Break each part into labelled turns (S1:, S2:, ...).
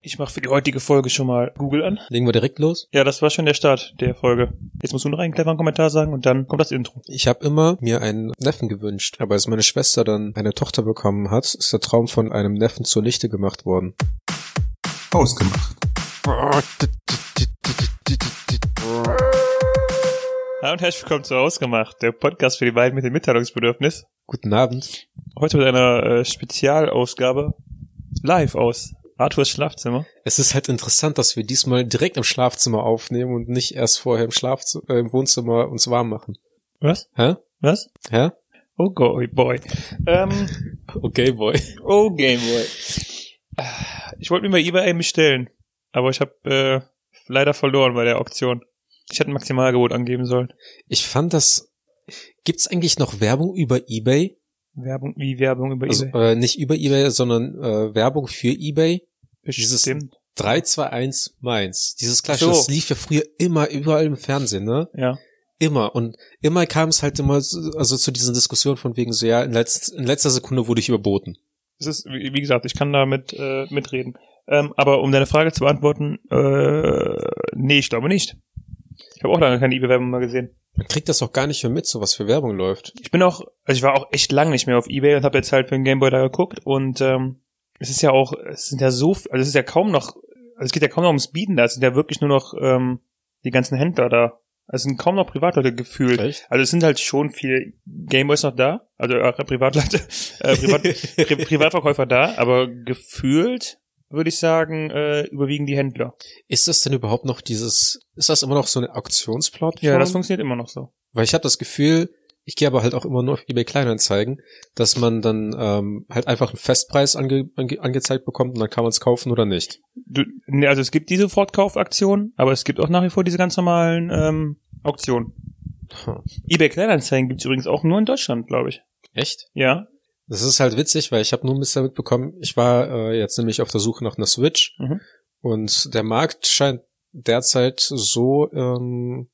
S1: Ich mache für die heutige Folge schon mal Google an.
S2: Legen wir direkt los.
S1: Ja, das war schon der Start der Folge. Jetzt musst du noch einen cleveren Kommentar sagen und dann kommt das Intro.
S2: Ich habe immer mir einen Neffen gewünscht, aber als meine Schwester dann eine Tochter bekommen hat, ist der Traum von einem Neffen zur Nichte gemacht worden.
S3: Ausgemacht.
S1: Hallo und herzlich willkommen zu Ausgemacht, der Podcast für die beiden mit dem Mitteilungsbedürfnis.
S2: Guten Abend.
S1: Heute mit einer äh, Spezialausgabe live aus Arthurs Schlafzimmer.
S2: Es ist halt interessant, dass wir diesmal direkt im Schlafzimmer aufnehmen und nicht erst vorher im, Schlafz äh, im Wohnzimmer uns warm machen.
S1: Was?
S2: Hä?
S1: Was?
S2: Hä?
S1: Oh boy, boy. Ähm,
S2: Okay, Boy.
S1: oh Gameboy. Ich wollte mir bei eBay einen bestellen, aber ich habe äh, leider verloren bei der Auktion. Ich hätte ein Maximalgebot angeben sollen.
S2: Ich fand das. Gibt's eigentlich noch Werbung über eBay?
S1: Werbung, wie Werbung über
S2: Also,
S1: eBay.
S2: äh, nicht über eBay, sondern äh, Werbung für eBay. dieses-
S1: Bestimmt.
S2: 321 Mainz. Dieses Klassische,
S1: So.
S2: das lief ja früher immer überall im Fernsehen, ne?
S1: Ja.
S2: Immer. Und immer kam es halt immer so- also zu diesen Diskussionen von wegen so, ja, in, letz in letzter Sekunde wurde ich überboten.
S1: Es ist, wie wie gesagt, ich kann da mit, äh, mitreden. Ähm, aber um deine Frage zu beantworten, äh, nee, ich glaube nicht. Ich habe auch lange keine eBay-Werbung mehr gesehen.
S2: Man kriegt das auch gar nicht mehr mit, so was für Werbung läuft.
S1: Ich bin auch, also ich war auch echt lange nicht mehr auf eBay und habe jetzt halt für den Gameboy da geguckt und ähm, es ist ja auch, es sind ja so, also es ist ja kaum noch, also es geht ja kaum noch ums Bieten da, es sind ja wirklich nur noch ähm, die ganzen Händler da. Also es sind kaum noch Privatleute gefühlt.
S2: Echt?
S1: Also es sind halt schon viel Gameboys noch da, also äh, Privatleute, äh, Privat, Pri Privatverkäufer da, aber gefühlt würde ich sagen, äh, überwiegen die Händler.
S2: Ist das denn überhaupt noch dieses, ist das immer noch so eine Auktionsplattform?
S1: Ja, das funktioniert immer noch so.
S2: Weil ich habe das Gefühl, ich gehe aber halt auch immer nur auf eBay Kleinanzeigen, dass man dann ähm, halt einfach einen Festpreis ange ange angezeigt bekommt und dann kann man es kaufen oder nicht.
S1: Du, nee, also es gibt diese Sofortkaufaktionen, aber es gibt auch nach wie vor diese ganz normalen ähm, Auktionen.
S2: Hm.
S1: eBay Kleinanzeigen gibt's übrigens auch nur in Deutschland, glaube ich.
S2: Echt?
S1: Ja.
S2: Das ist halt witzig, weil ich habe nur ein bisschen mitbekommen, ich war äh, jetzt nämlich auf der Suche nach einer Switch
S1: Mhm.
S2: und der Markt scheint derzeit so ähm,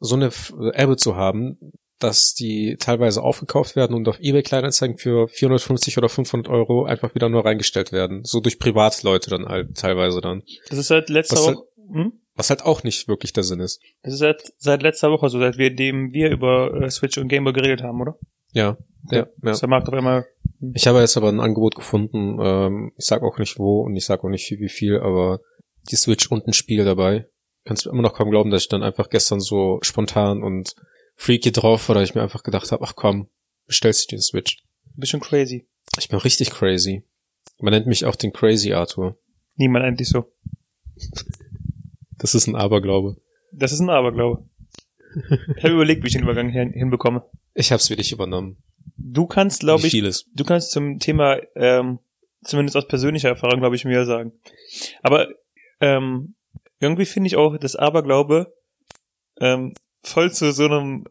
S2: so eine F- Ebbe zu haben, dass die teilweise aufgekauft werden und auf eBay Kleinanzeigen für 450 oder 500 Euro einfach wieder nur reingestellt werden, so durch Privatleute dann halt teilweise dann,
S1: Das ist seit letzter
S2: Was soll-
S1: Woche. Hm?
S2: was halt auch nicht wirklich der Sinn ist.
S1: Das ist seit, seit letzter Woche so, seit wir dem wir über äh, Switch und Gameboy geredet haben, oder?
S2: Ja, ja, ja.
S1: Dass der Markt auf einmal.
S2: Ich habe jetzt aber ein Angebot gefunden. Ähm, ich sag auch nicht wo und ich sag auch nicht wie viel, aber die Switch und ein Spiel dabei. Kannst du immer noch kaum glauben, dass ich dann einfach gestern so spontan und freaky drauf war, dass ich mir einfach gedacht habe, ach komm, bestellst du dir die Switch.
S1: ein bisschen crazy.
S2: Ich bin richtig crazy. Man nennt mich auch den Crazy Arthur.
S1: Niemand endlich so.
S2: Das ist ein Aberglaube.
S1: Das ist ein Aberglaube. Ich habe überlegt, wie ich den Übergang hin, hinbekomme.
S2: Ich hab's wirklich übernommen.
S1: Du kannst,
S2: Wie
S1: glaube ich,
S2: vieles.
S1: du kannst zum Thema, ähm, zumindest aus persönlicher Erfahrung, glaube ich, mehr sagen. Aber ähm, irgendwie finde ich auch das Aberglaube ähm, voll zu so einem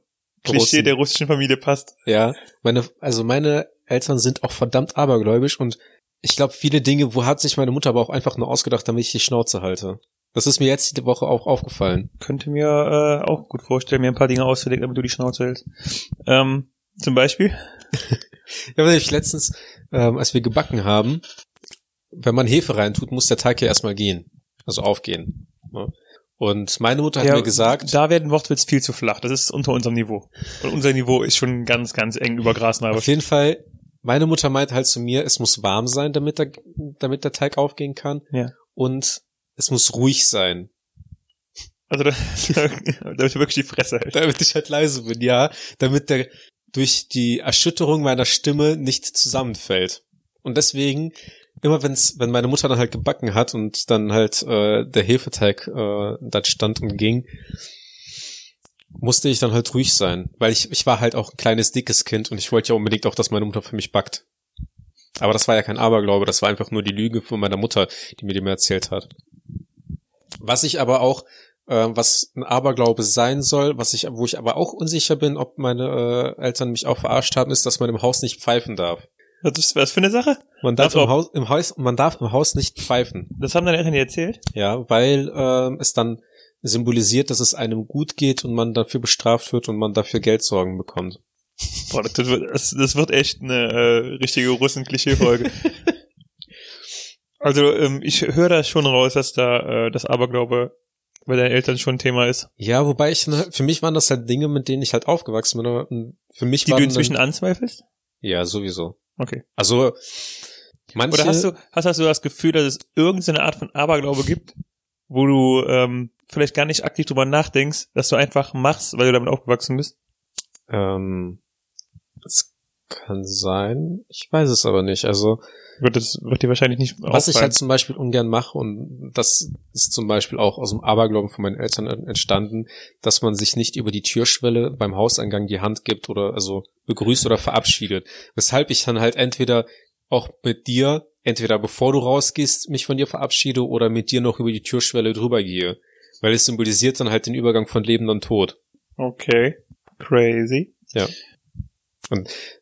S1: Klischee
S2: Russen.
S1: der russischen Familie passt.
S2: Ja, meine, also meine Eltern sind auch verdammt abergläubisch und ich glaube, viele Dinge, wo hat sich meine Mutter aber auch einfach nur ausgedacht, damit ich die Schnauze halte. Das ist mir jetzt die Woche auch aufgefallen.
S1: Könnte mir äh, auch gut vorstellen, mir ein paar Dinge auszulegen, damit du die Schnauze hältst. Ähm, zum Beispiel.
S2: Ich habe nämlich letztens, ähm, als wir gebacken haben, wenn man Hefe reintut, muss der Teig ja erstmal gehen. Also aufgehen. Ne? Und meine Mutter hat
S1: Ja,
S2: mir gesagt,
S1: Da werden Wortwitz viel zu flach. Das ist unter unserem Niveau. Und unser Niveau ist schon ganz, ganz eng über Grasnarbe.
S2: auf jeden Fall, meine Mutter meint halt zu mir, es muss warm sein, damit der, damit der Teig aufgehen kann.
S1: Ja.
S2: Und es muss ruhig sein.
S1: Also, da, damit du wirklich die Fresse hältst.
S2: Damit ich halt leise bin, ja. Damit der durch die Erschütterung meiner Stimme nicht zusammenfällt. Und deswegen, immer wenn's, wenn meine Mutter dann halt gebacken hat und dann halt äh, der Hefeteig äh, dann stand und ging, musste ich dann halt ruhig sein. Weil ich, ich war halt auch ein kleines, dickes Kind und ich wollte ja unbedingt auch, dass meine Mutter für mich backt. Aber das war ja kein Aberglaube, das war einfach nur die Lüge von meiner Mutter, die mir die mir erzählt hat. Was ich aber auch äh, was ein Aberglaube sein soll, was ich, wo ich aber auch unsicher bin, ob meine äh, Eltern mich auch verarscht haben, ist, dass man im Haus nicht pfeifen darf.
S1: Das ist was für eine Sache?
S2: Man darf,
S1: Darf
S2: im
S1: auch.
S2: Haus, im Haus, man darf im Haus nicht pfeifen,
S1: Das haben deine Eltern dir erzählt?
S2: ja, weil ähm, es dann symbolisiert, dass es einem gut geht und man dafür bestraft wird und man dafür Geldsorgen bekommt.
S1: Boah, das, das, das wird echt eine äh, richtige Russen-Klischee-Folge. Also ähm, ich höre da schon raus, dass da äh, das Aberglaube bei deinen Eltern schon ein Thema ist.
S2: Ja, wobei ich, ne, für mich waren das halt Dinge, mit denen ich halt aufgewachsen bin. aber, mm, Für mich
S1: Die
S2: waren
S1: du
S2: dann-
S1: inzwischen anzweifelst?
S2: Ja, sowieso.
S1: Okay.
S2: Also, manche.
S1: Oder hast du, hast, hast du das Gefühl, dass es irgendeine Art von Aberglaube gibt, wo du ähm, vielleicht gar nicht aktiv drüber nachdenkst, dass du einfach machst, weil du damit aufgewachsen bist?
S2: Ähm, das kann sein. Ich weiß es aber nicht. Also,
S1: Gut, das wird dir wahrscheinlich nicht
S2: was ich
S1: auffallen.
S2: halt zum Beispiel ungern mache, und das ist zum Beispiel auch aus dem Aberglauben von meinen Eltern en- entstanden, dass man sich nicht über die Türschwelle beim Hauseingang die Hand gibt oder also begrüßt oder verabschiedet. Weshalb ich dann halt entweder auch mit dir, entweder bevor du rausgehst, mich von dir verabschiede oder mit dir noch über die Türschwelle drüber gehe. Weil es symbolisiert dann halt den Übergang von Leben und Tod.
S1: Okay. Crazy.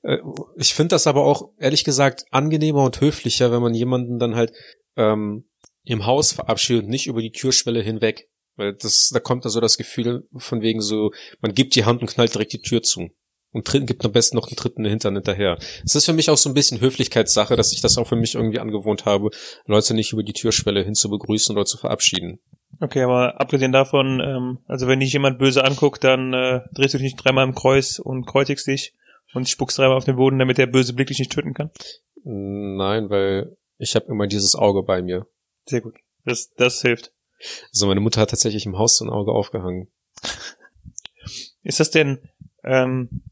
S2: Äh, ich finde das aber auch, ehrlich gesagt, angenehmer und höflicher, wenn man jemanden dann halt ähm, im Haus verabschiedet und nicht über die Türschwelle hinweg. Weil das, da kommt dann so das Gefühl von wegen so, man gibt die Hand und knallt direkt die Tür zu. Und tritt, gibt am besten noch einen dritten Hintern hinterher. Es ist für mich auch so ein bisschen Höflichkeitssache, dass ich das auch für mich irgendwie angewohnt habe, Leute nicht über die Türschwelle hin zu begrüßen oder zu verabschieden.
S1: Okay, aber abgesehen davon, ähm, also wenn dich jemand böse anguckt, dann äh, drehst du dich nicht dreimal im Kreuz und kreuzigst dich und spuckst dreimal auf den Boden, damit der böse Blick dich nicht töten kann.
S2: Nein, weil ich habe immer dieses Auge bei mir.
S1: Sehr gut. Das, das hilft.
S2: Also meine Mutter hat tatsächlich im Haus so ein Auge aufgehangen.
S1: Ist das denn, ähm,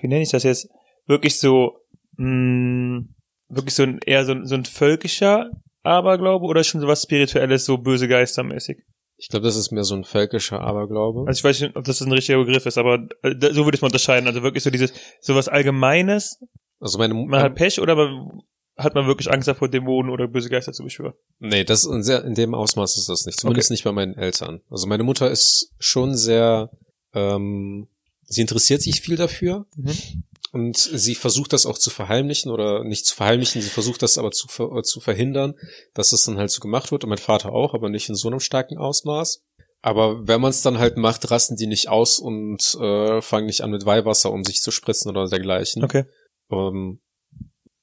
S1: wie nenne ich das jetzt? Wirklich so, mh, wirklich so ein, eher so, ein- so ein völkischer Aberglaube oder schon sowas Spirituelles, so böse geistermäßig?
S2: Ich glaube, das ist mehr so ein völkischer Aberglaube.
S1: Also ich weiß nicht, ob das ein richtiger Begriff ist, aber äh, da- so würde ich es mal unterscheiden. Also wirklich so dieses, sowas Allgemeines,
S2: Also meine Mu-
S1: Man hat Pech oder man hat man wirklich Angst davor, Dämonen oder böse Geister zu beschwören?
S2: nee, das in, sehr, in dem Ausmaß ist das nicht. Zumindest nicht bei meinen Eltern. Also meine Mutter ist schon sehr, ähm, sie interessiert sich viel dafür
S1: Mhm.
S2: und sie versucht das auch zu verheimlichen oder nicht zu verheimlichen. Sie versucht das aber zu ver, äh, zu verhindern, dass es dann halt so gemacht wird. Und mein Vater auch, aber nicht in so einem starken Ausmaß. Aber wenn man es dann halt macht, rasten die nicht aus und äh, fangen nicht an mit Weihwasser, um sich zu spritzen oder dergleichen.
S1: Okay.
S2: Ähm,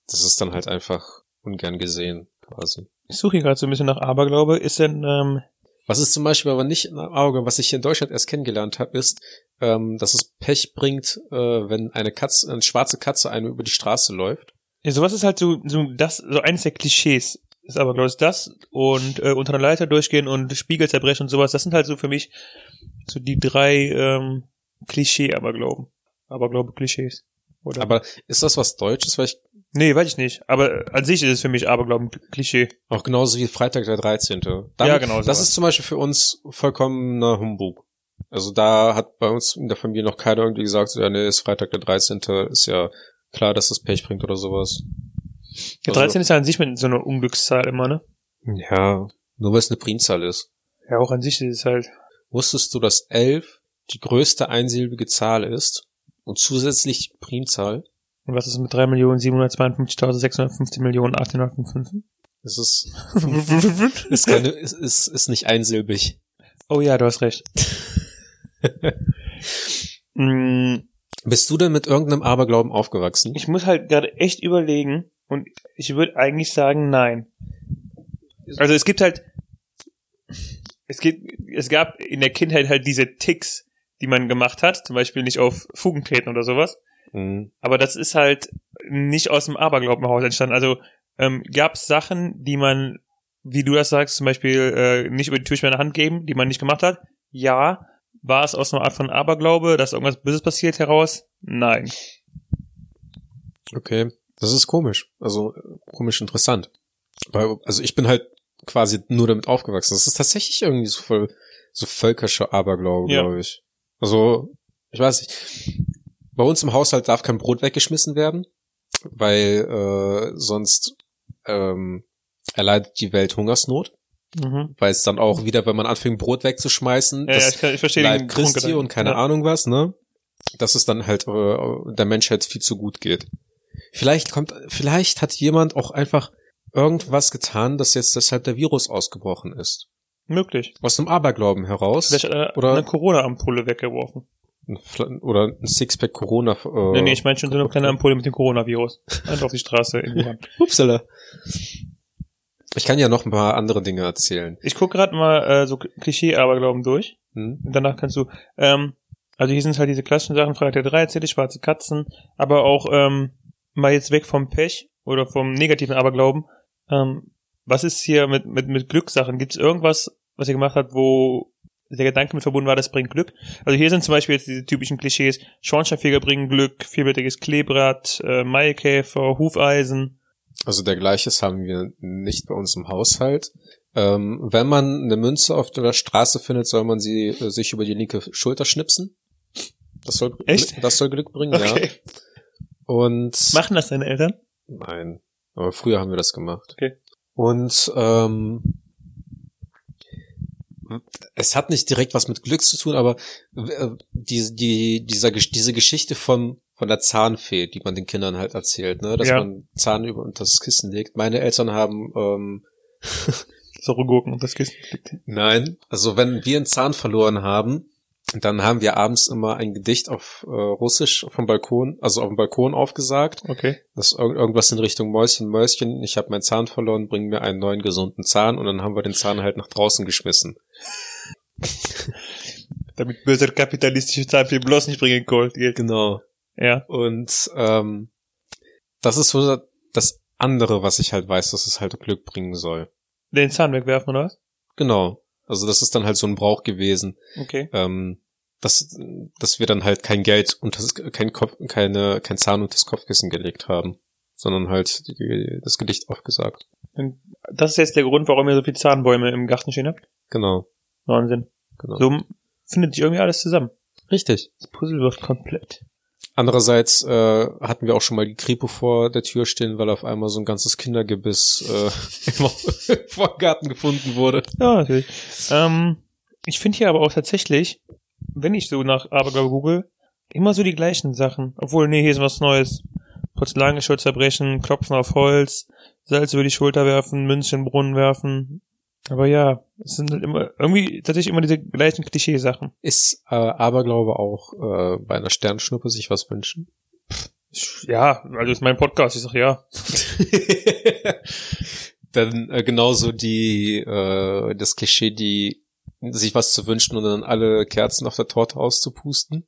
S2: das ist dann halt einfach ungern gesehen, quasi.
S1: Ich suche hier gerade so ein bisschen nach Aberglaube. Ist denn, ähm,
S2: Was ist zum Beispiel aber nicht in Auge, was ich hier in Deutschland erst kennengelernt habe, ist, ähm, dass es Pech bringt, äh, wenn eine Katze, eine schwarze Katze einem über die Straße läuft.
S1: ja, sowas ist halt so, so das, so eines der Klischees ist Aberglaube. Ist das und äh, unter einer Leiter durchgehen und Spiegel zerbrechen und sowas, das sind halt so für mich so die drei ähm, Klischee-Aberglauben. Aberglaube-Klischees. Oder?
S2: Aber ist das was Deutsches? Weil ich
S1: nee, weiß ich nicht. Aber an sich ist es für mich Aberglauben-Klischee.
S2: auch genauso wie Freitag der 13.
S1: Ja, genau
S2: Das
S1: sowas.
S2: ist zum Beispiel für uns vollkommener Humbug. Also da hat bei uns in der Familie noch keiner irgendwie gesagt, so, ja, nee, ist Freitag der 13. Ist ja klar, dass das Pech bringt oder sowas.
S1: Ja,
S2: Also-
S1: 13 ist ja an sich mit so einer Unglückszahl immer, ne?
S2: Ja, nur weil es eine Primzahl ist.
S1: Ja, auch an sich ist es halt.
S2: Wusstest du, dass 11 die größte einsilbige Zahl ist und zusätzlich die Primzahl?
S1: Und was ist mit 3.752.650 Millionen
S2: Es ist, ist,
S1: 850?
S2: keine, ist, ist, ist nicht einsilbig.
S1: oh ja, du hast recht. Mm,
S2: Bist du denn mit irgendeinem Aberglauben aufgewachsen?
S1: ich muss halt gerade echt überlegen und ich würde eigentlich sagen, nein. Also es gibt halt, es gibt, es gab in der Kindheit halt diese Ticks, die man gemacht hat, zum Beispiel nicht auf Fugen treten oder sowas.
S2: Mhm.
S1: Aber das ist halt nicht aus dem Aberglauben heraus entstanden. Also ähm, gab es Sachen, die man, wie du das sagst, zum Beispiel äh, nicht über die Tür eine Hand geben, die man nicht gemacht hat? Ja. War es aus einer Art von Aberglaube, dass irgendwas Böses passiert heraus? Nein.
S2: Okay. Das ist komisch. Also äh, komisch interessant. Weil, also ich bin halt quasi nur damit aufgewachsen. Das ist tatsächlich irgendwie so voll so völkischer Aberglaube,
S1: Ja.
S2: glaube ich. Also, ich weiß nicht. Bei uns im Haushalt darf kein Brot weggeschmissen werden, weil äh, sonst ähm, erleidet die Welt Hungersnot.
S1: Mhm.
S2: Weil es dann auch wieder, wenn man anfängt, Brot wegzuschmeißen,
S1: Ja, ja,
S2: das
S1: ich, kann, ich verstehe
S2: Leib Christi
S1: Grundgedanken.
S2: und keine
S1: ja.
S2: Ahnung was, ne? Dass es dann halt äh, der Menschheit viel zu gut geht. Vielleicht kommt, vielleicht hat jemand auch einfach irgendwas getan, dass jetzt deshalb der Virus ausgebrochen ist.
S1: Möglich.
S2: Aus einem Aberglauben heraus.
S1: Vielleicht hat einer
S2: Oder-
S1: eine Corona-Ampulle weggeworfen.
S2: Ein Fl- Oder ein Sixpack Corona. Äh,
S1: Nee, nee, ich meine schon so eine kleine Ampulle mit dem Coronavirus. Einfach auf die Straße in die Hand.
S2: Upsala. Ich kann ja noch ein paar andere Dinge erzählen.
S1: Ich gucke gerade mal äh, so Klischee-Aberglauben durch.
S2: Hm?
S1: Und danach kannst du. Ähm, also hier sind halt diese klassischen Sachen, Frage der 3 erzähle ich, schwarze Katzen, aber auch ähm, mal jetzt weg vom Pech oder vom negativen Aberglauben. Ähm, was ist hier mit, mit, mit Glückssachen? Gibt es irgendwas, was ihr gemacht habt, wo der Gedanke mit verbunden war, das bringt Glück? Also hier sind zum Beispiel jetzt diese typischen Klischees, Schornsteinfeger bringen Glück, vierblättiges Kleeblatt, äh, Maikäfer, Hufeisen.
S2: Also dergleiches haben wir nicht bei uns im Haushalt. Ähm, wenn man eine Münze auf der Straße findet, soll man sie äh, sich über die linke Schulter schnipsen. Das soll,
S1: Echt?
S2: Das soll Glück bringen, ja.
S1: Okay.
S2: Und
S1: Machen das deine Eltern?
S2: nein, aber früher haben wir das gemacht.
S1: Okay.
S2: Und ähm, es hat nicht direkt was mit Glück zu tun, aber äh, die, die, dieser, Gesch- diese Geschichte von, von der Zahnfee, die man den Kindern halt erzählt, ne? dass
S1: Ja.
S2: man Zahn über unter das Kissen legt. Meine Eltern haben ähm,
S1: So Gurken und das Kissen.
S2: Nein, also wenn wir einen Zahn verloren haben, dann haben wir abends immer ein Gedicht auf äh, Russisch vom Balkon, also auf dem Balkon aufgesagt.
S1: Okay.
S2: Das ist irg- irgendwas in Richtung Mäuschen, Mäuschen, ich habe meinen Zahn verloren, bring mir einen neuen gesunden Zahn und dann haben wir den Zahn halt nach draußen geschmissen.
S1: Damit böser kapitalistische Zahnfee bloß nicht bringen Gold.
S2: Genau.
S1: Ja.
S2: Und ähm, das ist so das andere, was ich halt weiß, dass es halt Glück bringen soll.
S1: Den Zahn wegwerfen oder was?
S2: Genau. Also das ist dann halt so ein Brauch gewesen.
S1: Okay.
S2: ähm, dass, dass wir dann halt kein Geld und das, kein Kopf, keine, kein Zahn und das Kopfkissen gelegt haben, sondern halt die, das Gedicht aufgesagt.
S1: Das ist jetzt der Grund, warum ihr so viele Zahnbäume im Garten stehen habt.
S2: Genau,
S1: Wahnsinn.
S2: genau.
S1: So findet sich irgendwie alles zusammen.
S2: richtig.
S1: Das Puzzle wird komplett.
S2: Andererseits äh, hatten wir auch schon mal die Kripo vor der Tür stehen, weil auf einmal so ein ganzes Kindergebiss äh, im Vorgarten gefunden wurde.
S1: Ja, natürlich. Ähm, ich finde hier aber auch tatsächlich, wenn ich so nach Aberglaube google, immer so die gleichen Sachen. Obwohl, nee, hier ist was Neues. Porzellangeschirr zerbrechen, Klopfen auf Holz, Salz über die Schulter werfen, Münzen in den Brunnen werfen. Aber ja, es sind halt immer, irgendwie tatsächlich immer diese gleichen Klischeesachen.
S2: Ist äh, Aberglaube auch äh, bei einer Sternschnuppe sich was wünschen?
S1: Ja, also ist mein Podcast, ich sag ja.
S2: dann äh, genauso die äh, das Klischee, die sich was zu wünschen und dann alle Kerzen auf der Torte auszupusten.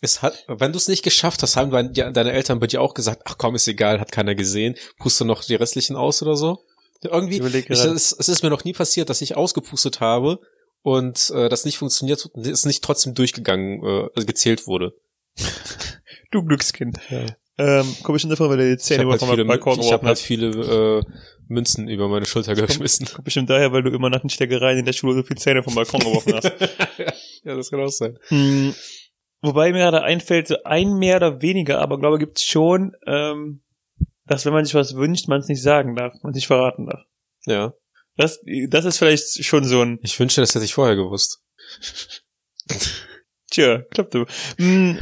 S2: Es hat, wenn du es nicht geschafft hast, haben dein, die, deine Eltern bei dir auch gesagt, ach komm, ist egal, hat keiner gesehen, puste noch die restlichen aus oder so. Irgendwie,
S1: Ich überleg
S2: ich,
S1: gerade.
S2: es, es ist mir noch nie passiert, dass ich ausgepustet habe und äh, das nicht funktioniert, es nicht trotzdem durchgegangen, äh, also gezählt wurde.
S1: Du Glückskind.
S2: Ja.
S1: Ähm, komm ich schon davon, weil der die Zähne
S2: ich habe
S1: über
S2: halt
S1: vom
S2: viele,
S1: Balkon
S2: ich hab
S1: geworfen
S2: halt
S1: hat.
S2: viele äh, Münzen über meine Schulter geschmissen.
S1: Kommt bestimmt daher, weil du immer nach den Schlägereien in der Schule so viel Zähne vom Balkon geworfen hast.
S2: ja, das kann auch sein.
S1: Hm, wobei mir gerade einfällt, so ein mehr oder weniger, aber glaube gibt's schon, ähm, dass wenn man sich was wünscht, man es nicht sagen darf, man sich verraten darf.
S2: Ja.
S1: Das, das ist vielleicht schon so ein,
S2: Ich wünschte, das hätte ich vorher gewusst.
S1: tja, klappt du. Hm,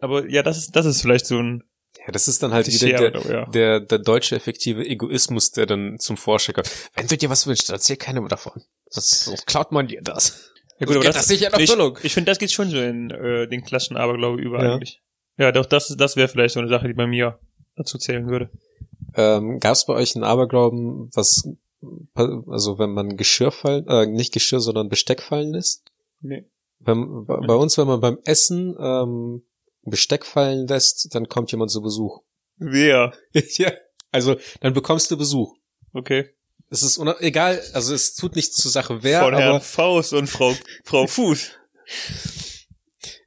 S1: aber ja, das ist, das ist vielleicht so ein
S2: Ja, das ist dann halt
S1: Klischee,
S2: wieder der,
S1: aber, ja.
S2: der, der deutsche effektive Egoismus, der dann zum Vorschein kommt. Wenn du dir was wünschst, erzähl keinem davon. Das, sonst klaut man dir das.
S1: Ja, gut, aber
S2: Geht
S1: das,
S2: das nicht in
S1: ich,
S2: Erfüllung?
S1: ich finde, das geht schon so in äh, den klassischen Aberglaube über
S2: Ja.
S1: eigentlich. Ja, doch, das, das wäre vielleicht so eine Sache, die bei mir dazu zählen würde.
S2: Ähm, Gab es bei euch einen Aberglauben, was, also wenn man Geschirr fallen, äh, nicht Geschirr, sondern Besteck fallen lässt?
S1: Nee.
S2: Wenn, bei, bei uns, wenn man beim Essen ähm, Besteck fallen lässt, dann kommt jemand zu Besuch.
S1: Wer?
S2: ja. Also, dann bekommst du Besuch.
S1: Okay.
S2: Es ist una- egal, also es tut nichts zur Sache, wer,
S1: Von Herrn
S2: aber
S1: Faust und Frau, Frau Fuß.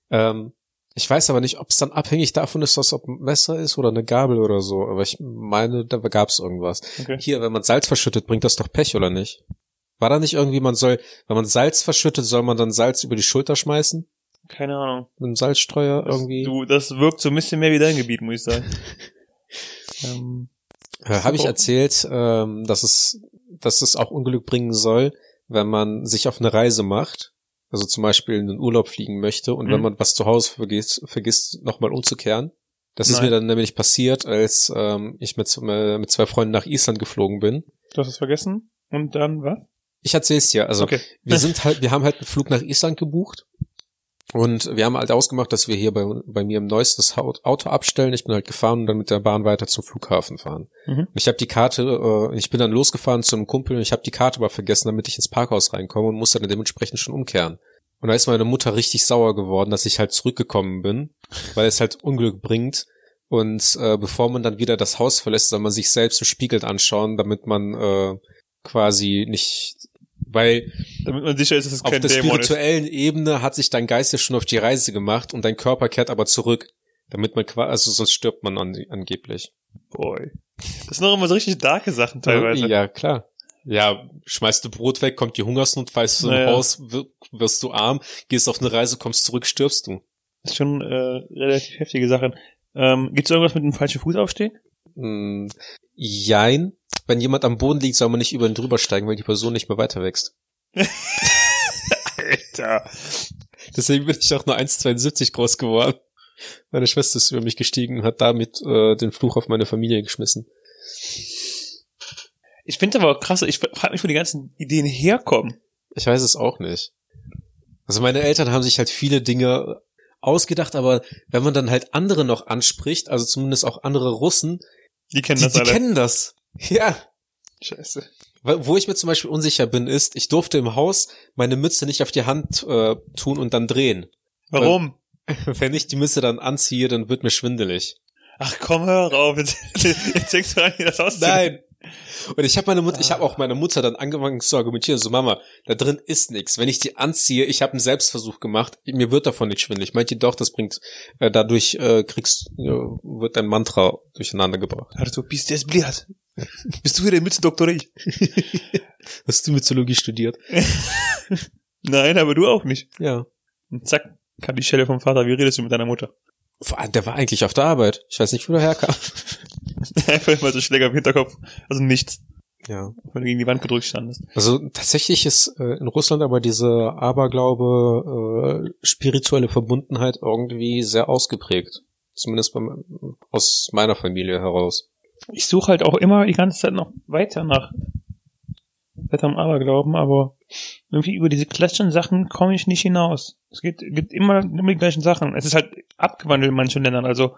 S2: ähm, ich weiß aber nicht, ob es dann abhängig davon ist, dass ob ein Messer ist oder eine Gabel oder so. Aber ich meine, da gab es irgendwas.
S1: Okay.
S2: Hier, wenn man Salz verschüttet, bringt das doch Pech oder nicht? War da nicht irgendwie, man soll, wenn man Salz verschüttet, soll man dann Salz über die Schulter schmeißen
S1: Keine Ahnung.
S2: mit einem Salzstreuer irgendwie?
S1: Du, das wirkt so ein bisschen mehr wie dein Gebiet, muss ich sagen. ähm,
S2: Äh, Habe ich
S1: Super.
S2: erzählt, ähm, dass es, dass es auch Unglück bringen soll, wenn man sich auf eine Reise macht, also zum Beispiel in den Urlaub fliegen möchte und
S1: Mhm.
S2: wenn man was zu Hause vergisst, vergisst nochmal umzukehren. Das ist
S1: Nein.
S2: mir dann nämlich passiert, als ähm, ich mit, äh, mit zwei Freunden nach Island geflogen bin.
S1: du hast es vergessen. Und dann was?
S2: Ich erzähl's dir. Also
S1: okay.
S2: wir sind halt, wir haben halt einen Flug nach Island gebucht Und wir haben halt ausgemacht, dass wir hier bei, bei mir im Neuss das Haut- Auto abstellen. Ich bin halt gefahren und dann mit der Bahn weiter zum Flughafen fahren.
S1: Mhm.
S2: Und ich habe die Karte, äh, ich bin dann losgefahren zu einem Kumpel und ich habe die Karte aber vergessen, damit ich ins Parkhaus reinkomme und musste dann dementsprechend schon umkehren. Und da ist meine Mutter richtig sauer geworden, dass ich halt zurückgekommen bin, weil es halt Unglück bringt. Und äh, bevor man dann wieder das Haus verlässt, soll man sich selbst im Spiegel anschauen, damit man äh, quasi nicht, weil
S1: Damit man sicher ist, dass es
S2: auf
S1: kein
S2: der
S1: Dämon ist.
S2: spirituellen Ebene hat sich dein Geist ja schon auf die Reise gemacht und dein Körper kehrt aber zurück, damit man quasi, also sonst stirbt man an, angeblich.
S1: Boy. Das sind doch immer so richtig darke Sachen teilweise.
S2: Ja, klar. Ja, schmeißt du Brot weg, kommt die Hungersnot, fallst du
S1: Naja.
S2: im Haus, wir- wirst du arm, gehst auf eine Reise, kommst zurück, stirbst du.
S1: Das ist schon äh, relativ heftige Sachen. Ähm, Gibt es irgendwas mit dem falschen Fuß aufstehen?
S2: Hm, jein. Wenn jemand am Boden liegt, soll man nicht über ihn drüber steigen, weil die Person nicht mehr weiter wächst.
S1: Alter.
S2: Deswegen bin ich auch nur 1,72 groß geworden. Meine Schwester ist über mich gestiegen und hat damit äh, den Fluch auf meine Familie geschmissen.
S1: Ich finde aber auch krass, ich frage mich, wo die ganzen Ideen herkommen.
S2: Ich weiß es auch nicht. Also meine Eltern haben sich halt viele Dinge ausgedacht, aber wenn man dann halt andere noch anspricht, also zumindest auch andere Russen,
S1: Die kennen
S2: die,
S1: das
S2: die
S1: alle.
S2: kennen das. Ja.
S1: Scheiße.
S2: Wo wo ich mir zum Beispiel unsicher bin, ist, ich durfte im Haus meine Mütze nicht auf die Hand äh, tun und dann drehen.
S1: Warum?
S2: Wenn ich die Mütze dann anziehe, dann wird mir schwindelig.
S1: Ach komm, hör auf. Jetzt, jetzt denkst du an, dir das auszudenken.
S2: Nein. Ah. Und ich habe meine Mutter, ich habe auch meine Mutter dann angefangen zu argumentieren, so Mama, da drin ist nichts. Wenn ich die anziehe, ich habe einen Selbstversuch gemacht, mir wird davon nicht schwindelig. Meint ihr doch, das bringt äh, dadurch äh, kriegst äh, wird dein Mantra durcheinander gebracht.
S1: Arthur, bist du es bliert? Bist du wieder Mützendoktor ich?
S2: Hast du Mythologie studiert?
S1: Nein, aber du auch nicht.
S2: Ja.
S1: Und zack, kam die Schelle vom Vater. Wie redest du mit deiner Mutter?
S2: Vor allem, der war eigentlich auf der Arbeit. Ich weiß nicht, wo der herkam.
S1: Einfach immer so Schläger im Hinterkopf. Also nichts.
S2: Ja.
S1: Wenn du gegen die Wand gedrückt standest.
S2: Also tatsächlich ist äh, in Russland aber diese Aberglaube, äh, spirituelle Verbundenheit irgendwie sehr ausgeprägt. Zumindest bei, aus meiner Familie heraus.
S1: ich suche halt auch immer die ganze Zeit noch weiter nach weiter am Aberglauben, aber irgendwie über diese klassischen Sachen komme ich nicht hinaus. Es geht, geht immer um die gleichen Sachen. Es ist halt abgewandelt in manchen Ländern. Also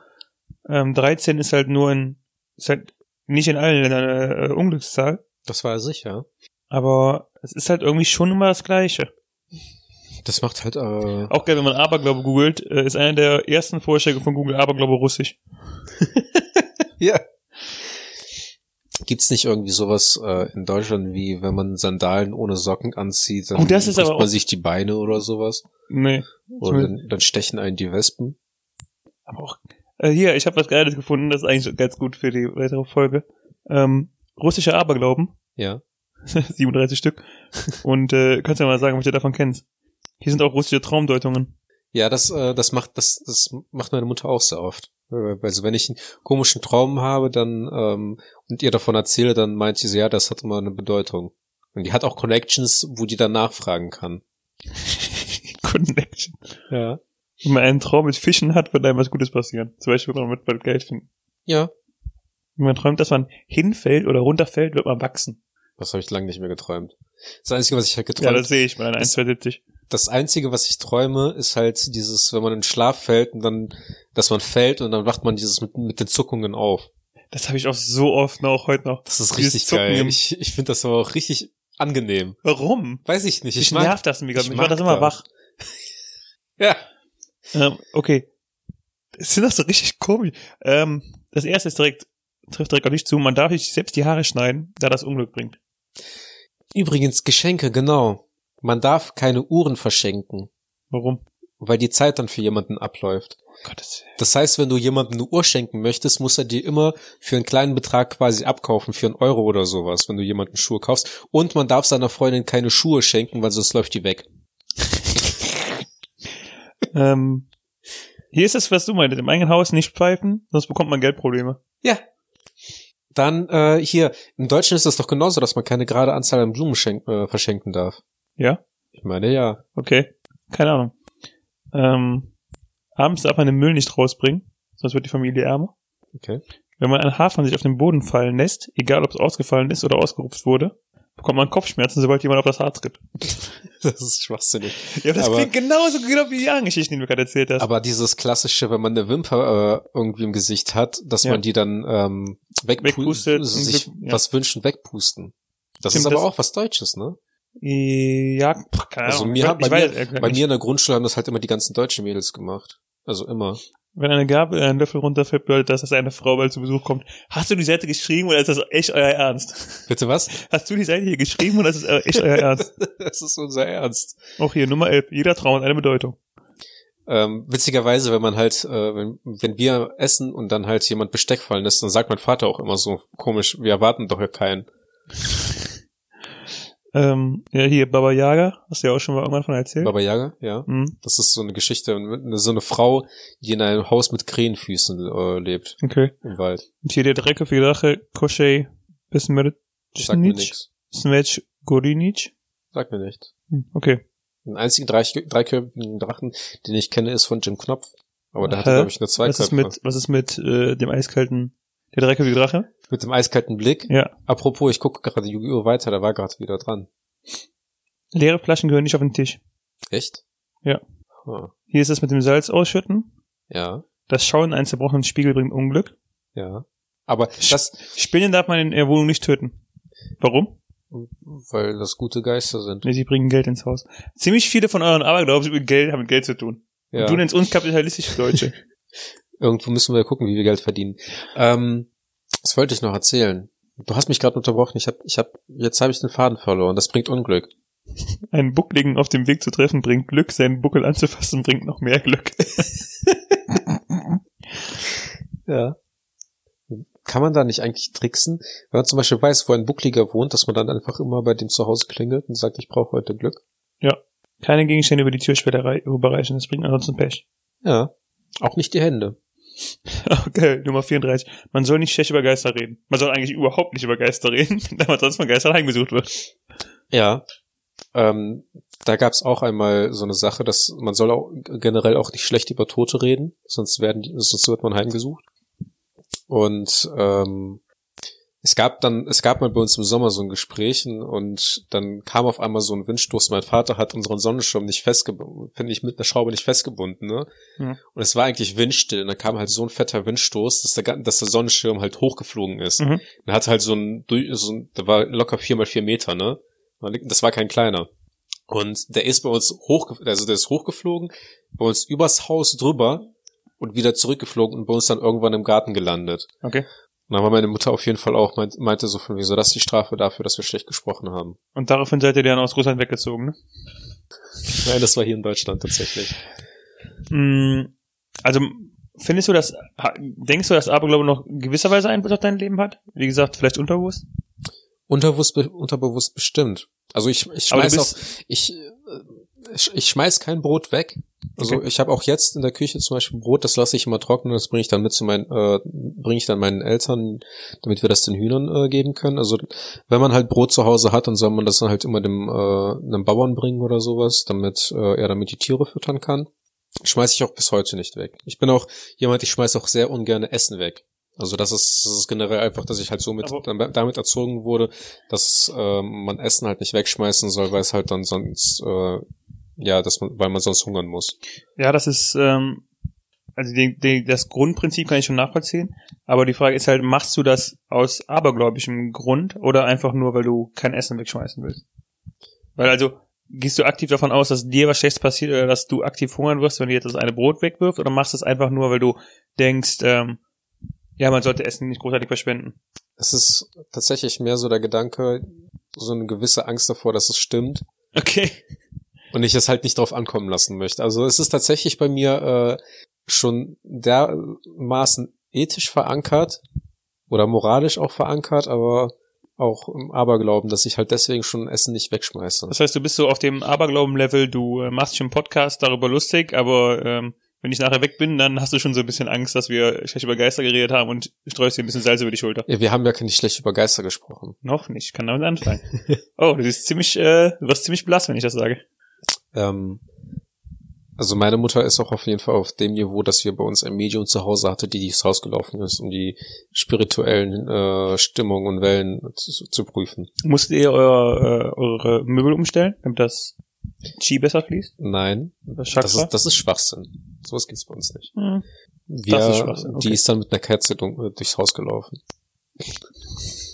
S1: ähm, 13 ist halt nur in, ist halt nicht in allen Ländern eine äh, Unglückszahl,
S2: Das weiß ich, ja.
S1: aber es ist halt irgendwie schon immer das Gleiche.
S2: Das macht halt, äh,
S1: Auch geil, wenn man Aberglaube googelt, äh, ist einer der ersten Vorschläge von Google Aberglaube russisch.
S2: ja. Gibt's nicht irgendwie sowas äh, in Deutschland wie, wenn man Sandalen ohne Socken anzieht, dann
S1: Oh, das ist
S2: bricht
S1: aber auch-
S2: man sich die Beine oder sowas?
S1: Nee.
S2: Oder dann, dann stechen einen die Wespen?
S1: Aber auch. Äh, hier, ich habe was Geiles gefunden, das ist eigentlich ganz gut für die weitere Folge. Ähm, russische Aberglauben,
S2: Ja.
S1: 37 Stück. Und äh, kannst ja mal sagen, was du davon kennst. Hier sind auch russische Traumdeutungen.
S2: Ja, das, äh, das macht, das, das macht meine Mutter auch sehr oft. Äh, Also wenn ich einen komischen Traum habe, dann, ähm, und ihr davon erzähle, dann meint sie, so, ja, das hat immer eine Bedeutung. Und die hat auch Connections, wo die dann nachfragen kann.
S1: Connection.
S2: Ja.
S1: Wenn man einen Traum mit Fischen hat, wird einem was Gutes passieren. Zum Beispiel wird man mit bald Geld finden.
S2: Ja.
S1: Wenn man träumt, dass man hinfällt oder runterfällt, wird man wachsen.
S2: Das habe ich lange nicht mehr geträumt. Das Einzige, was ich halt
S1: Ja,
S2: geträumt
S1: das sehe ich bei einer
S2: Das-
S1: 1,72.
S2: das Einzige, was ich träume, ist halt dieses, wenn man in Schlaf fällt und dann, dass man fällt und dann wacht man dieses mit, mit den Zuckungen auf.
S1: Das habe ich auch so oft noch, heute noch.
S2: Das ist
S1: Dieses
S2: richtig
S1: Zucken
S2: geil.
S1: im-
S2: Ich, ich finde das aber auch richtig angenehm.
S1: Warum?
S2: Weiß ich nicht. Ich,
S1: Ich, nervt
S2: mag,
S1: nerv das mega.
S2: ich
S1: Ich, ich
S2: mag
S1: das immer
S2: das.
S1: wach.
S2: ja.
S1: Ähm, okay. Das sind das so richtig komisch. Ähm, das erste ist direkt, trifft direkt auf dich zu. Man darf sich selbst die Haare schneiden, da das Unglück bringt.
S2: Übrigens Geschenke, genau. Man darf keine Uhren verschenken,
S1: Warum?
S2: weil die Zeit dann für jemanden abläuft.
S1: Oh Gott, das,
S2: Das heißt, wenn du jemandem eine Uhr schenken möchtest, muss er dir immer für einen kleinen Betrag quasi abkaufen, für einen Euro oder sowas, wenn du jemanden Schuhe kaufst. Und man darf seiner Freundin keine Schuhe schenken, weil sonst läuft die weg.
S1: ähm, hier ist es, was du meintest. Im eigenen Haus nicht pfeifen, sonst bekommt man Geldprobleme.
S2: Ja. Dann äh, hier, im Deutschen ist das doch genauso, dass man keine gerade Anzahl an Blumen schenk, äh, verschenken darf.
S1: Ja?
S2: Ich meine, ja.
S1: Okay. Keine Ahnung. Ähm, abends darf man den Müll nicht rausbringen, sonst wird die Familie ärmer.
S2: Okay.
S1: Wenn man ein Haar von sich auf den Boden fallen lässt, egal ob es ausgefallen ist oder ausgerupft wurde, bekommt man Kopfschmerzen, sobald jemand auf das Haar tritt.
S2: das ist schwachsinnig.
S1: Ja, das
S2: aber-
S1: klingt genauso genau wie die anderen Geschichten, die du gerade erzählt hast.
S2: Aber dieses klassische, wenn man eine Wimper äh, irgendwie im Gesicht hat, dass
S1: Ja.
S2: man die dann ähm, wegpu-
S1: Wegpustet und
S2: sich
S1: Glück- ja.
S2: was wünschen, wegpusten. Das
S1: Stimmt,
S2: ist aber
S1: das-
S2: auch was Deutsches, ne?
S1: Äh, ja, keine Ahnung.
S2: Also mir hat- bei mir-
S1: ehrlich gesagt
S2: Bei
S1: nicht.
S2: mir in der Grundschule haben das halt immer die ganzen deutschen Mädels gemacht. Also immer.
S1: Wenn eine Gabel äh, einen Löffel runterfällt, bedeutet das, dass eine Frau bald zu Besuch kommt. Hast du die Seite geschrieben oder ist das echt euer Ernst?
S2: Bitte was?
S1: Hast du die Seite hier geschrieben oder ist das echt euer Ernst?
S2: Das ist unser Ernst.
S1: Auch hier Nummer 11. Jeder Traum hat eine Bedeutung.
S2: Ähm, witzigerweise, wenn man halt, äh, wenn, wenn wir essen und dann halt jemand Besteck fallen lässt, dann sagt mein Vater auch immer so komisch, wir erwarten doch ja keinen.
S1: Ähm, ja, hier Baba Yaga, hast du ja auch schon mal irgendwann von erzählt.
S2: Baba Yaga, ja.
S1: Mhm,
S2: Das ist so eine Geschichte, so eine Frau, die in einem Haus mit Krähenfüßen äh, lebt
S1: okay.
S2: im Wald.
S1: Und hier der dreiköpfige Drache, Koschei
S2: Sagt mir
S1: Besmercinic,
S2: nix.
S1: Smetsch Gorinic.
S2: Sagt mir nicht.
S1: Hm, Okay.
S2: Den einzigen drei, dreiköpfigen Drachen, den ich kenne, ist von Jim Knopf. Aber der hatte,
S1: Hä?
S2: glaube ich, nur zwei
S1: Was ist
S2: Köpfe.
S1: mit, was ist mit äh, dem eiskalten, der dreiköpfige Drache?
S2: mit dem eiskalten Blick.
S1: Ja.
S2: Apropos, ich gucke gerade Yu-Gi-Oh! weiter, da war gerade wieder dran.
S1: Leere Flaschen gehören nicht auf den Tisch.
S2: Echt?
S1: Ja.
S2: Ah,
S1: Hier ist es mit dem Salz ausschütten.
S2: ja,
S1: Das Schauen in einen zerbrochenen Spiegel bringt Unglück.
S2: ja. Aber das,
S1: Spinnen darf man in der Wohnung nicht töten. Warum?
S2: weil das gute Geister sind.
S1: Nee, sie bringen Geld ins Haus. Ziemlich viele von euren Aberglaubens über Geld haben mit Geld zu tun.
S2: Ja.
S1: Du ne- nennst uns kapitalistische Deutsche.
S2: Irgendwo müssen wir gucken, wie wir Geld verdienen. Ähm, das wollte ich noch erzählen. Du hast mich gerade unterbrochen. Ich hab, ich hab, jetzt habe ich den Faden verloren. Das bringt Unglück.
S1: Einen Buckligen auf dem Weg zu treffen bringt Glück, seinen Buckel anzufassen bringt noch mehr Glück.
S2: Ja. Kann man da nicht eigentlich tricksen? Wenn man zum Beispiel weiß, wo ein Buckliger wohnt, dass man dann einfach immer bei dem zu Hause klingelt und sagt, ich brauche heute Glück.
S1: Keine Gegenstände über die Türschwelle rei- überreichen, das bringt ansonsten Pech.
S2: Ja. Auch nicht die Hände.
S1: Okay, Nummer 34. Man soll nicht schlecht über Geister reden. Man soll eigentlich überhaupt nicht über Geister reden, da man sonst von Geistern heimgesucht wird.
S2: Ja. Ähm, da gab es auch einmal so eine Sache, dass man soll auch generell auch nicht schlecht über Tote reden, sonst werden die, sonst wird man heimgesucht. Und ähm, es gab dann, es gab mal bei uns im Sommer so ein Gespräch und dann kam auf einmal so ein Windstoß. Mein Vater hat unseren Sonnenschirm nicht festgebunden, finde ich mit einer Schraube nicht festgebunden, ne?
S1: Mhm.
S2: Und es war eigentlich windstill und dann kam halt so ein fetter Windstoß, dass der, gan- dass der Sonnenschirm halt hochgeflogen ist.
S1: Mhm.
S2: Er hatte halt so ein, durch- so ein, der war locker vier mal vier Meter, ne? Man liegt- Das war kein kleiner. Und der ist bei uns hoch, also der ist hochgeflogen, bei uns übers Haus drüber und wieder zurückgeflogen und bei uns dann irgendwann im Garten gelandet.
S1: Okay.
S2: Und dann war meine Mutter auf jeden Fall auch, meint- meinte so von mir, so, das ist die Strafe dafür, dass wir schlecht gesprochen haben.
S1: Und daraufhin seid ihr dann aus Russland weggezogen, ne?
S2: Nein, das war hier in Deutschland tatsächlich.
S1: Mm, Also findest du das, ha- denkst du, dass Aberglaube noch gewisserweise Einfluss auf dein Leben hat? Wie gesagt, vielleicht unterbewusst?
S2: Unterbewusst, unterbewusst bestimmt. Also ich, ich
S1: Aber du
S2: schmeiß auch,
S1: bist,
S2: ich, äh, ich, ich schmeiß kein Brot weg. Also
S1: Okay.
S2: ich habe auch jetzt in der Küche zum Beispiel Brot, das lasse ich immer trocknen, das bringe ich dann mit zu meinen, äh, bringe ich dann meinen Eltern, damit wir das den Hühnern äh, geben können. Also wenn man halt Brot zu Hause hat, dann soll man das dann halt immer dem äh, einem Bauern bringen oder sowas, damit äh, er damit die Tiere füttern kann. Schmeiß ich auch bis heute nicht weg. Ich bin auch jemand, ich schmeiß auch sehr ungern Essen weg. Also das ist, das ist generell einfach, dass ich halt so mit
S1: Aber-
S2: dam- damit erzogen wurde, dass äh, man Essen halt nicht wegschmeißen soll, weil es halt dann sonst äh, ja, dass man, weil man sonst hungern muss.
S1: ja, das ist, ähm, also die, die, das Grundprinzip kann ich schon nachvollziehen, aber die Frage ist halt, machst du das aus abergläubischem Grund oder einfach nur, weil du kein Essen wegschmeißen willst? Weil also, gehst du aktiv davon aus, dass dir was Schlechtes passiert oder dass du aktiv hungern wirst, wenn du jetzt das eine Brot wegwirfst oder machst du es einfach nur, weil du denkst, ähm, ja, man sollte Essen nicht großartig verschwenden?
S2: Es ist tatsächlich mehr so der Gedanke, so eine gewisse Angst davor, dass es stimmt
S1: Okay.
S2: und ich es halt nicht drauf ankommen lassen möchte. Also es ist tatsächlich bei mir äh, schon dermaßen ethisch verankert oder moralisch auch verankert, aber auch im Aberglauben, dass ich halt deswegen schon Essen nicht wegschmeiße.
S1: Das heißt, du bist so auf dem Aberglauben-Level, du äh, machst schon einen Podcast darüber lustig, aber ähm, wenn ich nachher weg bin, dann hast du schon so ein bisschen Angst, dass wir schlecht über Geister geredet haben und streust dir ein bisschen Salz über die Schulter.
S2: Ja, wir haben ja nicht schlecht über Geister gesprochen.
S1: Noch nicht, kann damit anfangen. oh, du siehst ziemlich, äh, du wirst ziemlich blass, wenn ich das sage.
S2: Ähm, also meine Mutter ist auch auf jeden Fall auf dem Niveau, dass wir bei uns ein Medium zu Hause hatte, die durchs Haus gelaufen ist, um die spirituellen äh, Stimmungen und Wellen zu, zu prüfen.
S1: Musst ihr euer, äh, eure Möbel umstellen, damit das Qi besser fließt?
S2: Nein.
S1: Das
S2: Das
S1: Chakra?
S2: ist, das ist Schwachsinn. Sowas gibt's bei uns nicht.
S1: Hm.
S2: Wir,
S1: Das ist Schwachsinn, okay.
S2: Die ist dann mit einer Kerze dun- durchs Haus gelaufen.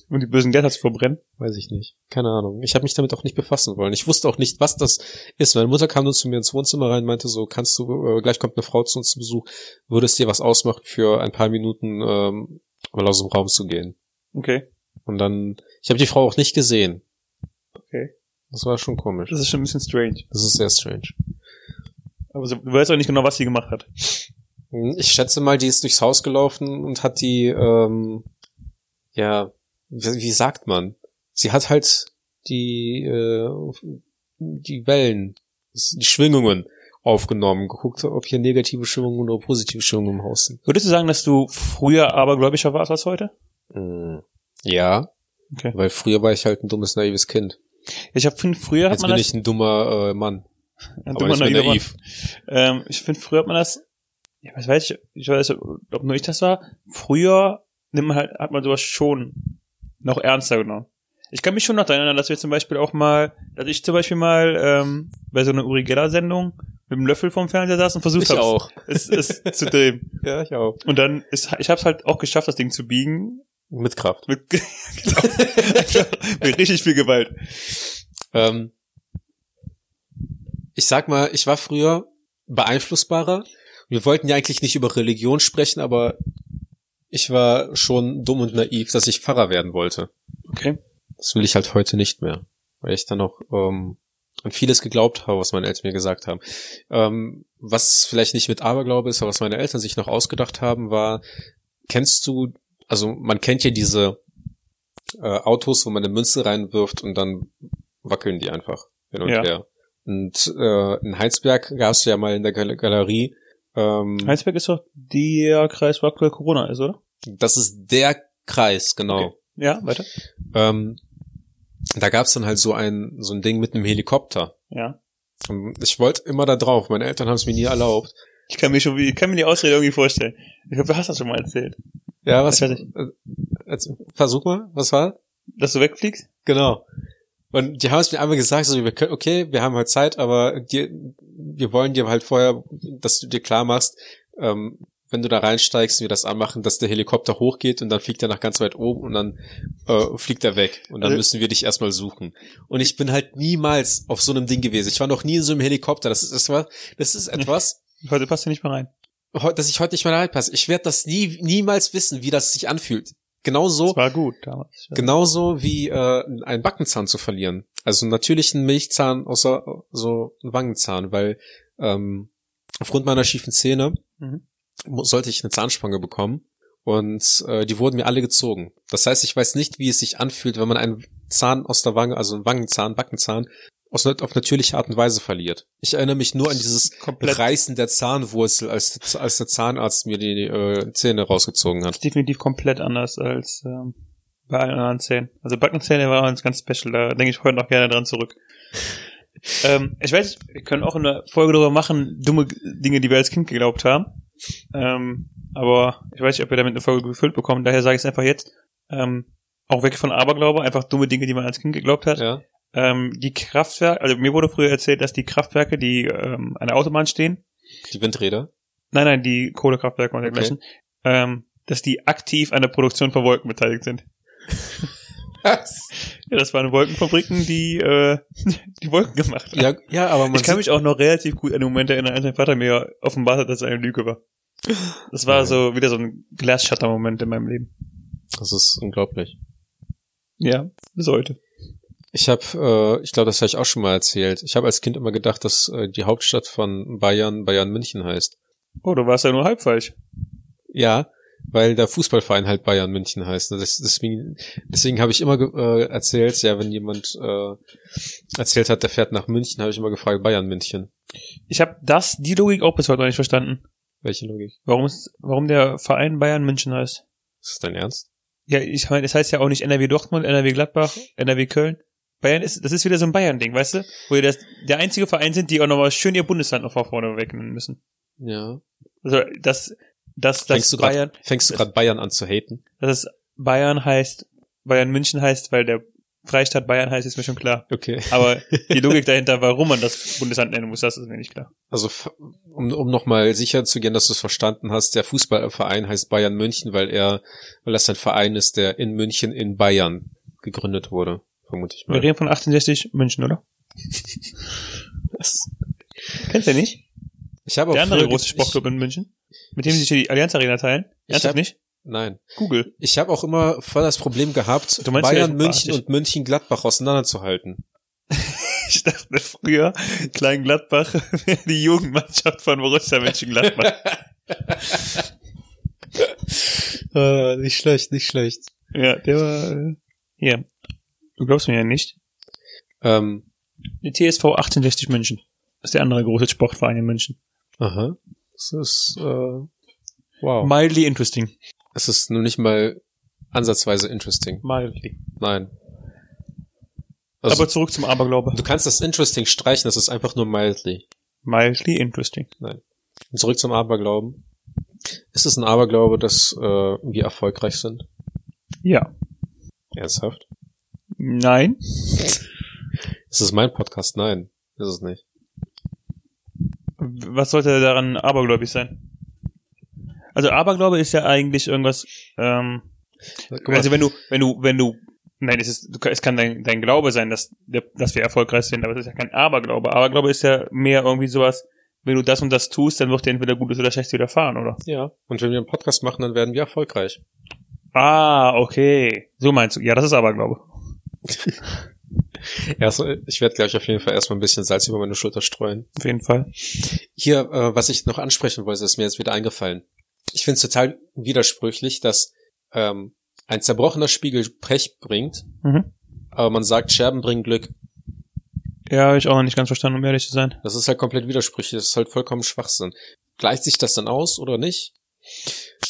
S1: Und die bösen Gärtner zu verbrennen?
S2: Weiß ich nicht. Keine Ahnung. Ich habe mich damit auch nicht befassen wollen. Ich wusste auch nicht, was das ist. Meine Mutter kam nur zu mir ins Wohnzimmer rein, meinte so, kannst du, äh, gleich kommt eine Frau zu uns zu Besuch, würde es dir was ausmachen, für ein paar Minuten ähm, mal aus dem Raum zu gehen.
S1: Okay.
S2: Und dann, ich habe die Frau auch nicht gesehen.
S1: Okay.
S2: Das war schon komisch.
S1: Das ist schon ein bisschen strange.
S2: Das ist sehr strange.
S1: Aber so, du weißt auch nicht genau, was sie gemacht hat.
S2: Hm, Ich schätze mal, die ist durchs Haus gelaufen und hat die, ähm, ja, wie, wie sagt man? Sie hat halt die, äh, die Wellen, die Schwingungen aufgenommen, geguckt, ob hier negative Schwingungen oder positive Schwingungen im Haus sind.
S1: Würdest du sagen, dass du früher abergläubischer warst als heute?
S2: Mhm. Ja,
S1: Hm. Okay.
S2: weil früher war ich halt ein dummes, naives Kind.
S1: Ich habe finde, früher hat
S2: Jetzt
S1: man
S2: bin
S1: das.
S2: ich ein dummer äh, Mann.
S1: Ja,
S2: aber
S1: dummer
S2: ich bin
S1: naiver Mann.
S2: naiv.
S1: Ähm, ich finde, früher hat man das, ja, was weiß ich, ich weiß, ob nur ich das war, früher nimmt man halt, hat man sowas schon noch ernster genommen. Ich kann mich schon noch daran erinnern, dass wir zum Beispiel auch mal, dass ich zum Beispiel mal ähm, bei so einer Uri Geller-Sendung mit dem Löffel vorm Fernseher saß und versucht habe, es, es zu drehen.
S2: Ja, ich auch.
S1: Und dann ist, ich habe es halt auch geschafft, das Ding zu biegen
S2: Mit Kraft.
S1: mit, genau. Also mit richtig viel Gewalt.
S2: Ähm, ich sag mal, ich war früher beeinflussbarer. Wir wollten ja eigentlich nicht über Religion sprechen, aber ich war schon dumm und naiv, dass ich Pfarrer werden wollte.
S1: Okay.
S2: Das will ich halt heute nicht mehr, weil ich dann auch ähm, an vieles geglaubt habe, was meine Eltern mir gesagt haben. Ähm, was vielleicht nicht mit Aberglaube ist, aber was meine Eltern sich noch ausgedacht haben, war, kennst du, also man kennt ja diese äh, Autos, wo man eine Münze reinwirft und dann wackeln die einfach hin und
S1: Ja.
S2: her. Und äh, in Heinsberg gab es ja mal in der Gal Galerie, ähm,
S1: Heinsberg ist doch der Kreis, wo aktuell Corona ist, oder?
S2: das ist der Kreis, genau.
S1: Okay. Ja, weiter.
S2: Ähm, da gab es dann halt so ein, so ein Ding mit einem Helikopter.
S1: Ja.
S2: Ähm, Ich wollte immer da drauf. Meine Eltern haben es mir nie erlaubt.
S1: Ich kann mir schon, ich kann mir die Ausrede irgendwie vorstellen. Ich glaube, du hast das schon mal erzählt.
S2: Ja,
S1: was-
S2: versuch mal, was war?
S1: Dass du wegfliegst?
S2: Genau. Und die haben es mir einmal gesagt, so, wir können, okay, wir haben halt Zeit, aber dir, wir wollen dir halt vorher, dass du dir klar machst, ähm, wenn du da reinsteigst, wir das anmachen, dass der Helikopter hochgeht und dann fliegt er nach ganz weit oben und dann äh, fliegt er weg. Und dann
S1: Also-
S2: müssen wir dich erstmal suchen. Und ich bin halt niemals auf so einem Ding gewesen. Ich war noch nie in so einem Helikopter. Das ist, das war, das ist etwas,
S1: Heute passt du nicht mehr rein.
S2: heu- dass ich heute nicht mehr reinpasse. Ich werde das nie, niemals wissen, wie das sich anfühlt. Genau Genauso,
S1: Das war gut damals.
S2: genauso wie äh, einen Backenzahn zu verlieren. Also einen natürlichen Milchzahn außer so einen Wangenzahn, weil ähm, aufgrund meiner schiefen Zähne
S1: Mhm.
S2: mu- sollte ich eine Zahnspange bekommen und äh, die wurden mir alle gezogen. Das heißt, ich weiß nicht, wie es sich anfühlt, wenn man einen Zahn aus der Wange, also einen Wangenzahn, Backenzahn, aus, auf natürliche Art und Weise verliert. Ich erinnere mich nur an dieses
S1: komplett.
S2: Reißen der Zahnwurzel, als, als der Zahnarzt mir die äh, Zähne rausgezogen hat.
S1: ist definitiv komplett anders als ähm, bei allen anderen Zähnen. Also Backenzähne waren uns ganz special, da denke ich heute noch gerne dran zurück. ähm, ich weiß, wir können auch eine Folge darüber machen, dumme G- Dinge, die wir als Kind geglaubt haben. Ähm, aber ich weiß nicht, ob wir damit eine Folge gefüllt bekommen, daher sage ich es einfach jetzt. Ähm, auch weg von Aberglaube, einfach dumme Dinge, die man als Kind geglaubt hat.
S2: Ja.
S1: Ähm, die Kraftwerke, also mir wurde früher erzählt, dass die Kraftwerke, die ähm, an der Autobahn stehen,
S2: Die Windräder.
S1: Nein, nein, die Kohlekraftwerke und dergleichen. Ähm, dass die aktiv an der Produktion von Wolken beteiligt sind. Ja, das waren Wolkenfabriken, die äh, die Wolken gemacht haben.
S2: Ja, ja, aber man
S1: ich kann
S2: sieht-
S1: mich auch noch relativ gut an den Moment erinnern, als mein Vater mir offenbart hat, dass es eine Lüge war. Das war
S2: Ja.
S1: so wieder so ein Glasschatter-Moment in meinem Leben.
S2: das ist unglaublich.
S1: Ja, bis heute.
S2: Ich habe, äh, ich glaube, das habe ich auch schon mal erzählt. Ich habe als Kind immer gedacht, dass äh, die Hauptstadt von Bayern Bayern München heißt.
S1: Oh, du warst ja nur halb falsch.
S2: Ja, weil der Fußballverein halt Bayern München heißt. ne? Das, deswegen deswegen habe ich immer ge- äh, erzählt, ja, wenn jemand äh, erzählt hat, der fährt nach München, habe ich immer gefragt, Bayern München.
S1: Ich habe das, die Logik auch bis heute noch nicht verstanden.
S2: Welche Logik?
S1: Warum es, warum der Verein Bayern München heißt.
S2: Ist das dein Ernst?
S1: Ja, ich meine, das heißt ja auch nicht NRW Dortmund, NRW Gladbach, NRW Köln. Bayern ist, das ist wieder so ein Bayern-Ding, weißt du? Wo die das, der einzige Verein sind, die auch nochmal schön ihr Bundesland noch vor vorne wegnehmen müssen.
S2: Ja.
S1: Also, dass, dass, dass
S2: Fängst du grad-
S1: Bayern,
S2: Fängst du gerade Bayern an zu haten?
S1: dass es Bayern heißt, Bayern München heißt, weil der Freistaat Bayern heißt, ist mir schon klar.
S2: Okay.
S1: Aber die Logik dahinter, warum man das Bundesland nennen muss, das ist mir nicht klar.
S2: Also f- um, um nochmal sicher zu gehen, dass du es verstanden hast, der Fußballverein heißt Bayern München, weil er, weil das ein Verein ist, der in München in Bayern gegründet wurde, vermute ich
S1: Wir
S2: mal.
S1: reden von 68 München, oder?
S2: Das-
S1: Kennt ihr nicht?
S2: Ich habe auch
S1: Der andere
S2: früher
S1: große
S2: Oh, ich-
S1: Sportclub in München, mit dem sich die Allianz Arena teilen.
S2: Ich
S1: Ernsthaft
S2: hab-
S1: nicht?
S2: Nein.
S1: Google.
S2: Ich habe auch immer voll das Problem gehabt,
S1: Du meinst
S2: Bayern
S1: vielleicht
S2: München
S1: Bartig.
S2: und München Gladbach auseinanderzuhalten.
S1: Ich dachte früher, Kleingladbach wäre die Jugendmannschaft von Borussia Mönchengladbach.
S2: Äh, nicht schlecht, nicht schlecht.
S1: ja, der war... äh, Ja. Du glaubst mir ja nicht.
S2: Ähm,
S1: Die TSV 1860 München. Das ist der andere große Sportverein in München.
S2: aha. Das ist äh, wow.
S1: Mildly interesting.
S2: Es ist nur nicht mal ansatzweise interesting.
S1: Mildly.
S2: Nein. Also,
S1: Aber zurück zum Aberglaube.
S2: du kannst das interesting streichen, das ist einfach nur mildly.
S1: Mildly interesting.
S2: Und zurück zum Aberglauben. Ist es ein Aberglaube, dass äh, wir erfolgreich sind?
S1: Ja.
S2: Ernsthaft?
S1: Nein.
S2: Ist es mein Podcast? Nein, ist es nicht.
S1: Was sollte daran abergläubig sein? Also Aberglaube ist ja eigentlich irgendwas, ähm,
S2: Guck mal,
S1: also wenn du, wenn du, wenn du, nein, es ist, du, kann- es kann dein, dein Glaube sein, dass, der, dass wir erfolgreich sind, aber es ist ja kein Aberglaube. Aberglaube ist ja mehr irgendwie sowas, wenn du das und das tust, dann wird dir entweder Gutes oder Schlechtes widerfahren, oder?
S2: ja. Und wenn wir einen Podcast machen, dann werden wir erfolgreich.
S1: Ah, okay. So meinst du. Ja, das ist Aberglaube.
S2: Erst, ich werde gleich auf jeden Fall erstmal ein bisschen Salz über meine Schulter streuen.
S1: Auf jeden Fall.
S2: Hier, äh, was ich noch ansprechen wollte, ist mir jetzt wieder eingefallen. Ich finde es total widersprüchlich, dass ähm, ein zerbrochener Spiegel Pech bringt,
S1: Mhm.
S2: aber man sagt, Scherben bringen Glück.
S1: Ja, hab ich auch noch nicht ganz verstanden, um ehrlich zu sein.
S2: Das ist halt komplett widersprüchlich, das ist halt vollkommen Schwachsinn. Gleicht sich das dann aus oder nicht?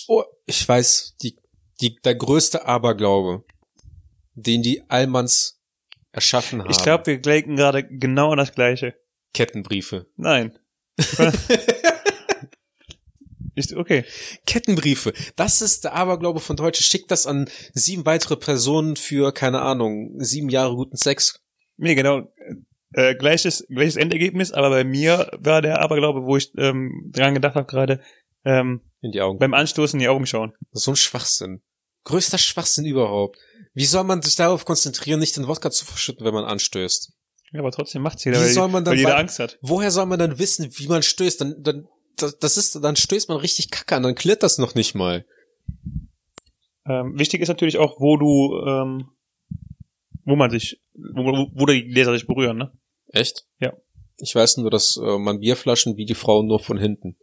S2: Oh, ich weiß, die, die, der größte Aberglaube, den die Allmanns erschaffen haben.
S1: Ich glaube, wir gleichen gerade genau an das Gleiche.
S2: Kettenbriefe.
S1: Nein. ist okay.
S2: Kettenbriefe. Das ist der Aberglaube von Deutschen. Schickt das an sieben weitere Personen für, keine Ahnung, sieben Jahre guten Sex.
S1: Nee, genau. Äh, gleiches, gleiches Endergebnis, aber bei mir war der Aberglaube, wo ich ähm, dran gedacht habe gerade, ähm,
S2: In die Augen.
S1: beim Anstoßen in die Augen schauen.
S2: So ein Schwachsinn. Größter Schwachsinn überhaupt. Wie soll man sich darauf konzentrieren, nicht den Wodka zu verschütten, wenn man anstößt?
S1: Ja, aber trotzdem macht's jeder,
S2: Wie
S1: weil,
S2: soll man dann
S1: weil jeder
S2: bei-
S1: Angst hat.
S2: Woher soll man dann wissen, wie man stößt? Dann, dann, das, das ist, dann stößt man richtig kacke an, dann klärt das noch nicht mal.
S1: Ähm, wichtig ist natürlich auch, wo du, ähm, wo man sich, wo, wo, wo die Leser sich berühren, ne?
S2: Echt?
S1: Ja.
S2: Ich weiß nur, dass äh, man Bierflaschen wie die Frauen nur von hinten,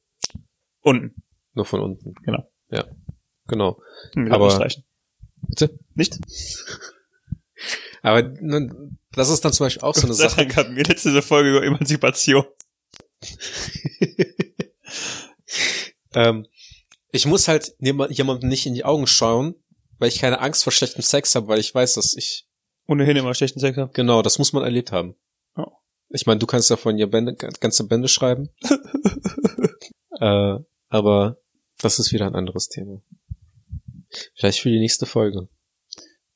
S1: Unten.
S2: nur von unten.
S1: Genau.
S2: Ja. Genau.
S1: Hm, wir
S2: Aber-
S1: lassen es reichen.
S2: Bitte?
S1: Nicht?
S2: Aber nun, das ist dann zum Beispiel auch so eine
S1: Gott sei
S2: Sache.
S1: Dank hatten wir letzte Folge über Emanzipation.
S2: Ähm, ich muss halt neben- jemandem nicht in die Augen schauen, weil ich keine Angst vor schlechtem Sex habe, weil ich weiß, dass ich
S1: Ohnehin immer schlechten Sex haben.
S2: genau, das muss man erlebt haben.
S1: Ja.
S2: Ich meine, du kannst davon ja Bände, ganze Bände schreiben. äh, aber das ist wieder ein anderes Thema. Vielleicht für die nächste Folge.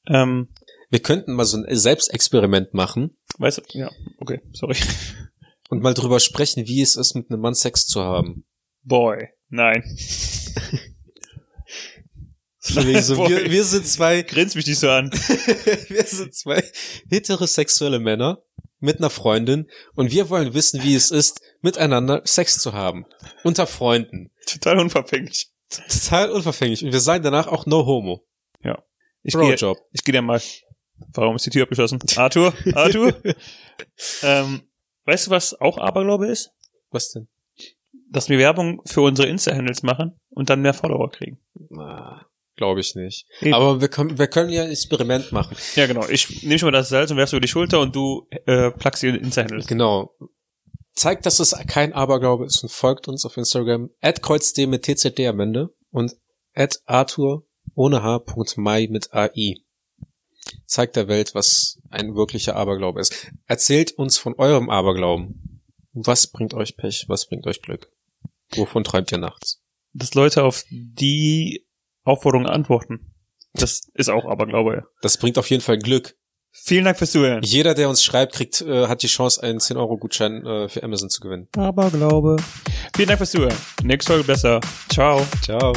S1: Ähm,
S2: Wir könnten mal so ein Selbstexperiment machen
S1: weißt du, ja, okay, sorry.
S2: und mal drüber sprechen, wie es ist, mit einem Mann Sex zu haben.
S1: Boy. Nein.
S2: So, wir,
S1: Boy.
S2: wir sind zwei
S1: Grinst mich nicht so an.
S2: wir sind zwei heterosexuelle Männer mit einer Freundin und wir wollen wissen, wie es ist, miteinander Sex zu haben. Unter Freunden.
S1: Total unverfänglich.
S2: Total unverfänglich. Und wir seien danach auch no homo.
S1: Ich gehe,
S2: Blowjob.
S1: ich gehe dir mal. Warum ist die Tür abgeschlossen? Arthur? Arthur? ähm, weißt du, was auch Aberglaube ist?
S2: Was denn?
S1: Dass wir Werbung für unsere Insta-Handles machen und dann mehr Follower kriegen.
S2: Na, glaube ich nicht.
S1: Eben.
S2: Aber wir können, wir können ja ein Experiment machen.
S1: Ja, genau. Ich nehme schon mal das Salz und werf's über die Schulter und du äh, plagst die Insta-Handles.
S2: Genau. Zeigt, dass es kein Aberglaube ist und folgt uns auf Instagram at kreuzd mit tcd am Ende und at arthur ohne h. mai mit ai. Zeigt der Welt, was ein wirklicher Aberglaube ist. Erzählt uns von eurem Aberglauben. Was bringt euch Pech? Was bringt euch Glück? Wovon träumt ihr nachts?
S1: Dass Leute auf die Aufforderung antworten. Das ist auch Aberglaube.
S2: Das bringt auf jeden Fall Glück.
S1: Vielen Dank fürs Zuhören.
S2: Jeder, der uns schreibt, kriegt, äh, hat die Chance, einen 10-Euro-Gutschein äh, für Amazon zu gewinnen.
S1: Aber glaube. Vielen Dank fürs Zuhören. Nächste Folge besser. Ciao.
S2: Ciao.